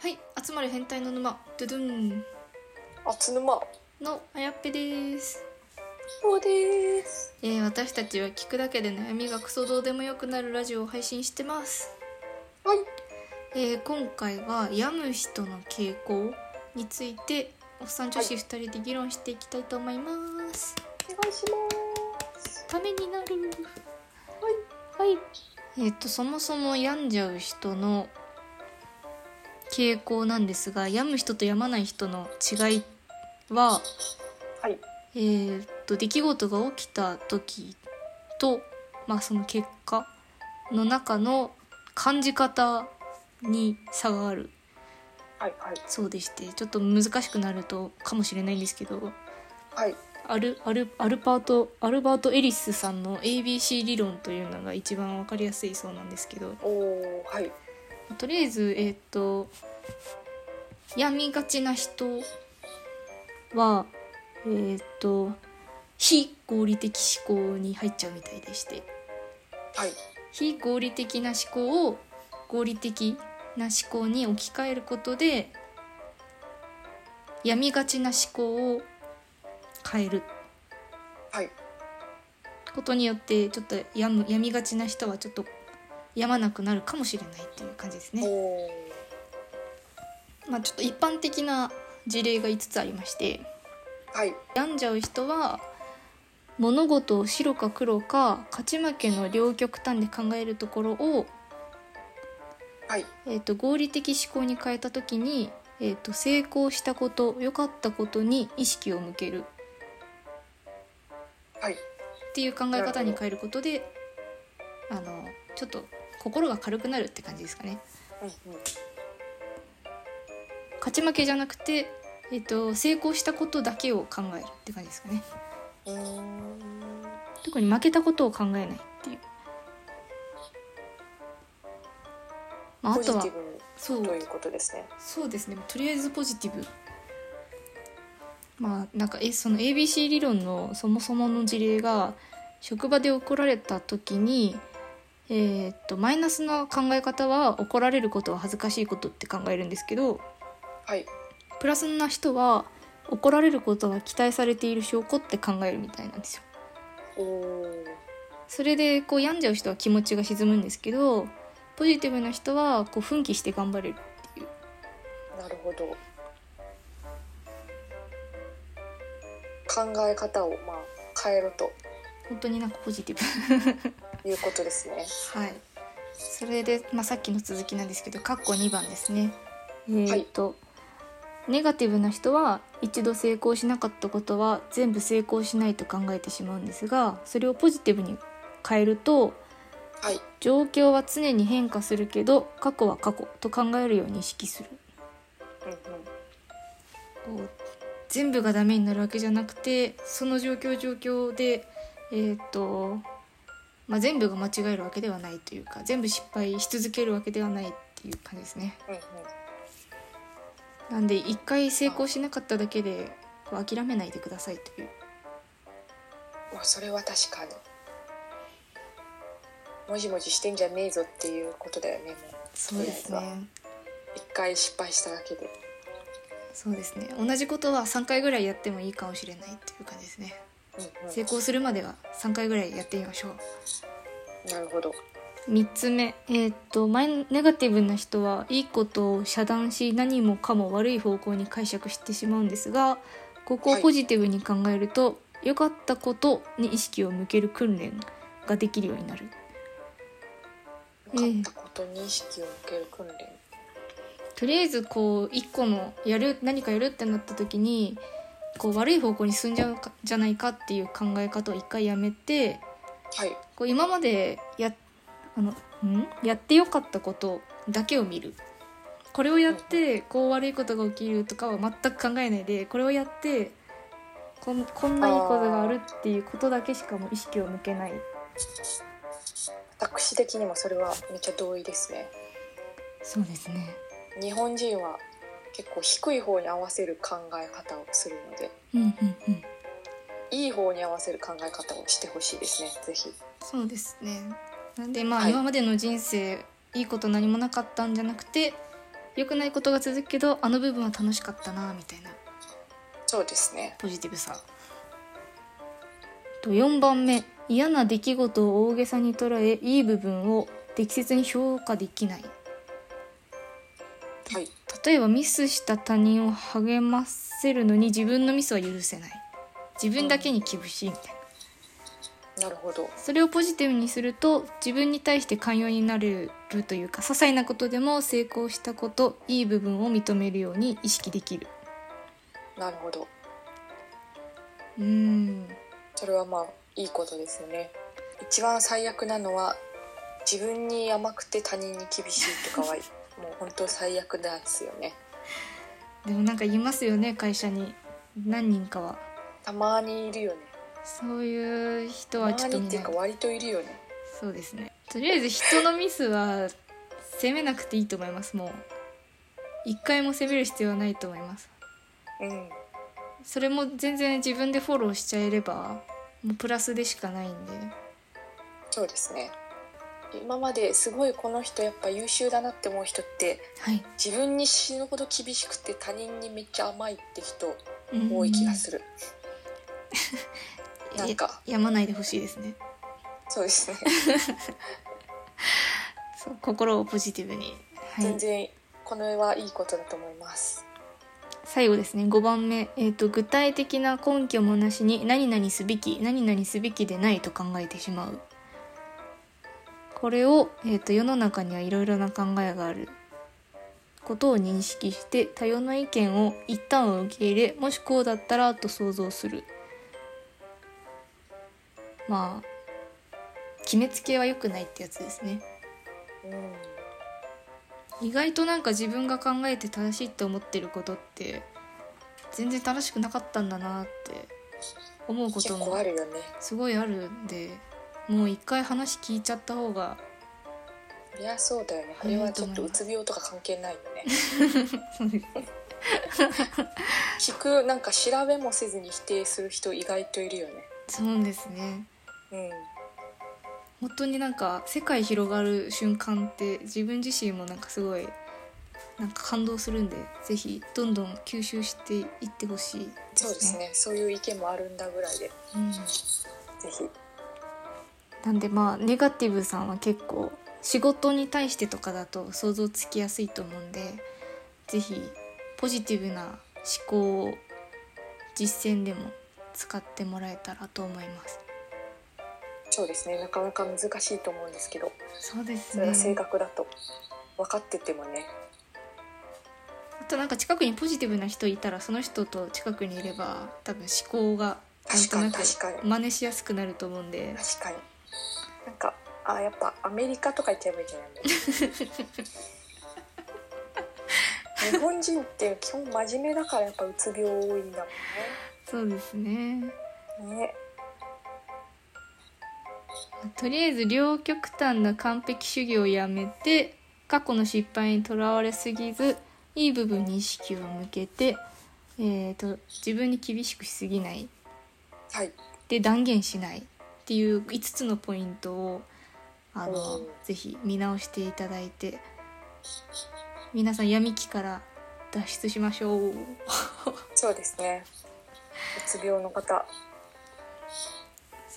はい、集まる変態の沼ドゥドゥンあつぬまのあやっぺです、そうですえー私たちは聞くだけで悩みがクソどうでもよくなるラジオを配信してます、はいえー今回は病む人の傾向についておっさん女子2人で議論していきたいと思います、お願いしますためになるはいえっ、とそもそも病んじゃう人の傾向なんですが病む人と病まない人の違いははいえーっと出来事が起きた時と、まあ、その結果の中の感じ方に差があるはいはいそうでしてちょっと難しくなるとかもしれないんですけどはいアルアルアルパートアルバート・エリスさんの ABC 理論というのが一番わかりやすいそうなんですけどおおはいとりあえずえーっと病みがちな人はえーっと非合理的思考に入っちゃうみたいでしてはい非合理的な思考を合理的な思考に置き換えることで病みがちな思考を変えるはいことによってちょっと病む病みがちな人はちょっと病まなくなるかもしれないっていう感じですねお。おまあ、ちょっと一般的な事例が5つありましてはい病んじゃう人は物事を白か黒か勝ち負けの両極端で考えるところを、はいえー、と合理的思考に変えた時に、えー、と成功したこと良かったことに意識を向けるはいっていう考え方に変えることであのちょっと心が軽くなるって感じですかね。うんうん勝ち負けじゃなくて、えー、と成功したことだけを考えるって感じですかね。うーん特に負けたことを考えないっていう、まあ、あポジとテはィブそうということですねそうですねとりあえずポジティブまあなんかえその ABC 理論のそもそもの事例が職場で怒られた時にえーっとマイナスな考え方は怒られることは恥ずかしいことって考えるんですけどはいプラスな人は怒られることは期待されている証拠って考えるみたいなんですよ。おおそれでこう病んじゃう人は気持ちが沈むんですけどポジティブな人はこう奮起して頑張れるっていうなるほど考え方をまあ変えろと本当になんかポジティいうことですねブはいそれで、まあ、さっきの続きなんですけど括弧2番ですねえーっと、ネガティブな人は一度成功しなかったことは全部成功しないと考えてしまうんですがそれをポジティブに変えるとはい状況は常に変化するけど過去は過去と考えるように意識するうんうんこう全部がダメになるわけじゃなくてその状況状況でえーっと、まあ、全部が間違えるわけではないというか全部失敗し続けるわけではないっていう感じですねうんうんなんで一回成功しなかっただけでこう諦めないでくださいというまあそれは確かにもじもじしてんじゃねえぞっていうことだよねもうそうですね一回失敗しただけでそうですね同じことは3回ぐらいやってもいいかもしれないっていう感じですねうん成功するまでは3回ぐらいやってみましょううんなるほど3つ目えーっと前ネガティブな人はいいことを遮断し何もかも悪い方向に解釈してしまうんですがここをはいポジティブに考えると良、かったことに意識を向ける訓練ができるようになる良かったことに意識を向ける訓練とりあえずこう一個のやる何かやるってなった時にこう悪い方向に進んじゃうかじゃないかっていう考え方を一回やめてはいこう今までやあのんやってよかったことだけを見るこれをやってこう悪いことが起きるとかは全く考えないでこれをやってこんこんないいことがあるっていうことだけしかもう意識を向けない私的にもそれはめっちゃ同意ですねそうですね日本人は結構低い方に合わせる考え方をするのでうんうんうんいい方に合わせる考え方をしてほしいですねぜひそうですねなんでまあ、はい今までの人生いいこと何もなかったんじゃなくて良くないことが続くけどあの部分は楽しかったなみたいなそうですねポジティブさと4番目嫌な出来事を大げさに捉えいい部分を適切に評価できないはい例えばミスした他人を励ませるのに自分のミスは許せない自分だけに厳しいみたいななるほどそれをポジティブにすると自分に対して寛容になれるというか些細なことでも成功したこといい部分を認めるように意識できるなるほどうーんそれはまあいいことですよね一番最悪なのは自分に甘くて他人に厳しい とかはもう本当最悪なんですよねでもなんか言いますよね会社に何人かはたまにいるよねそういう人たはまちょっとに見っていうなかい割といるよねそうですねとりあえず人のミスは責めなくていいと思いますもう一回も責める必要はないと思いますうんそれも全然自分でフォローしちゃえればもうプラスでしかないんでそうですね今まですごいこの人やっぱ優秀だなって思う人ってはい自分に死ぬほど厳しくて他人にめっちゃ甘いって人うん多い気がする、なんかやまないでほしいですねそうですね、そう心をポジティブに、はい全、然これはいいことだと思います最後ですね5番目、えーと「具体的な根拠もなしに何々すべき何々すべきでないと考えてしまう」これを、えーと世の中にはいろいろな考えがあることを認識して多様な意見を一旦は受け入れもしこうだったらと想像するまあ決めつけは良くないってやつですねうん意外となんか自分が考えて正しいって思ってることって全然正しくなかったんだなって思うこ結と構もあるよねすごいあるんでもう一回話聞いちゃった方がいやそうだよねこうんれはちょっとうつ病とか関係ないよ ねそうです聞くなんか調べもせずに否定する人意外といるよねそうですねうん本当になんか世界広がる瞬間って自分自身もなんかすごいなんか感動するんでぜひどんどん吸収していってほしいですねそうですねそういう意見もあるんだぐらいでうんぜひなんでまあネガティブさんは結構仕事に対してとかだと想像つきやすいと思うんで是非ポジティブな思考を実践でも使ってもらえたらと思います。そうですねなかなか難しいと思うんですけどそうですそれねが性格だと分かっててもねあとなんか近くにポジティブな人いたらその人と近くにいれば多分思考がなん確とかなにく確かに真似しやすくなると思うんで確かになんかあやっぱアメリカとか行っちゃえばいいんじゃない の日本人って基本真面目だからやっぱうつ病多いんだそうですね。もんねねとりあえず両極端な完璧主義をやめて過去の失敗にとらわれすぎずいい部分に意識を向けて、えー、と自分に厳しくしすぎないはいで断言しないっていう5つのポイントをあのうんぜひ見直していただいて皆さん闇期から脱出しましょう。そうですねうつ病の方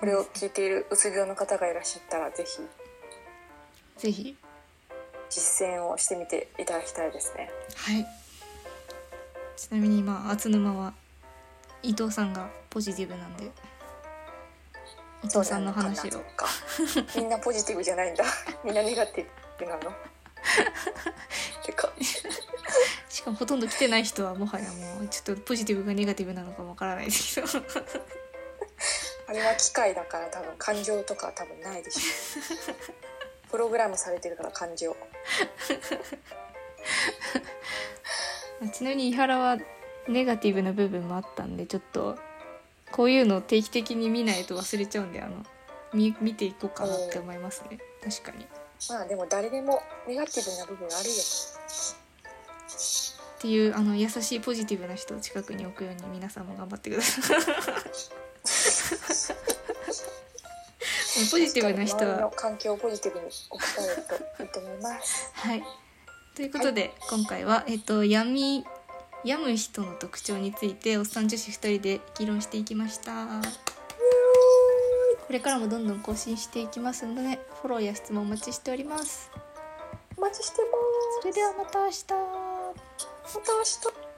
これを聞いているうつ病の方がいらっしゃったらぜひぜひ実践をしてみていただきたいですねはい。ちなみに今厚沼は伊藤さんがポジティブなんで伊藤さんの話そをうなのかなみんなポジティブじゃないんだ みんなネガティブなのてかしかもほとんど来てない人はもはやもうちょっとポジティブがネガティブなのかもわからないですけどあれは機械だから多分感情とか多分ないでしょプログラムされてるから感情 ちなみに伊原はネガティブな部分もあったんでちょっとこういうのを定期的に見ないと忘れちゃうんであの見見ていこうかなって思いますね確かに。まあでも誰でもネガティブな部分あるよっていうあの優しいポジティブな人を近くに置くように皆さんも頑張ってくださいもうポジティブな人周りのは環境をポジティブに置き換えるといいと思いますはいということで、今回は、えっと、闇病む人の特徴についておっさん女子2人で議論していきましたこれからもどんどん更新していきますのでフォローや質問お待ちしておりますお待ちしてまそれではまた明日すまた明日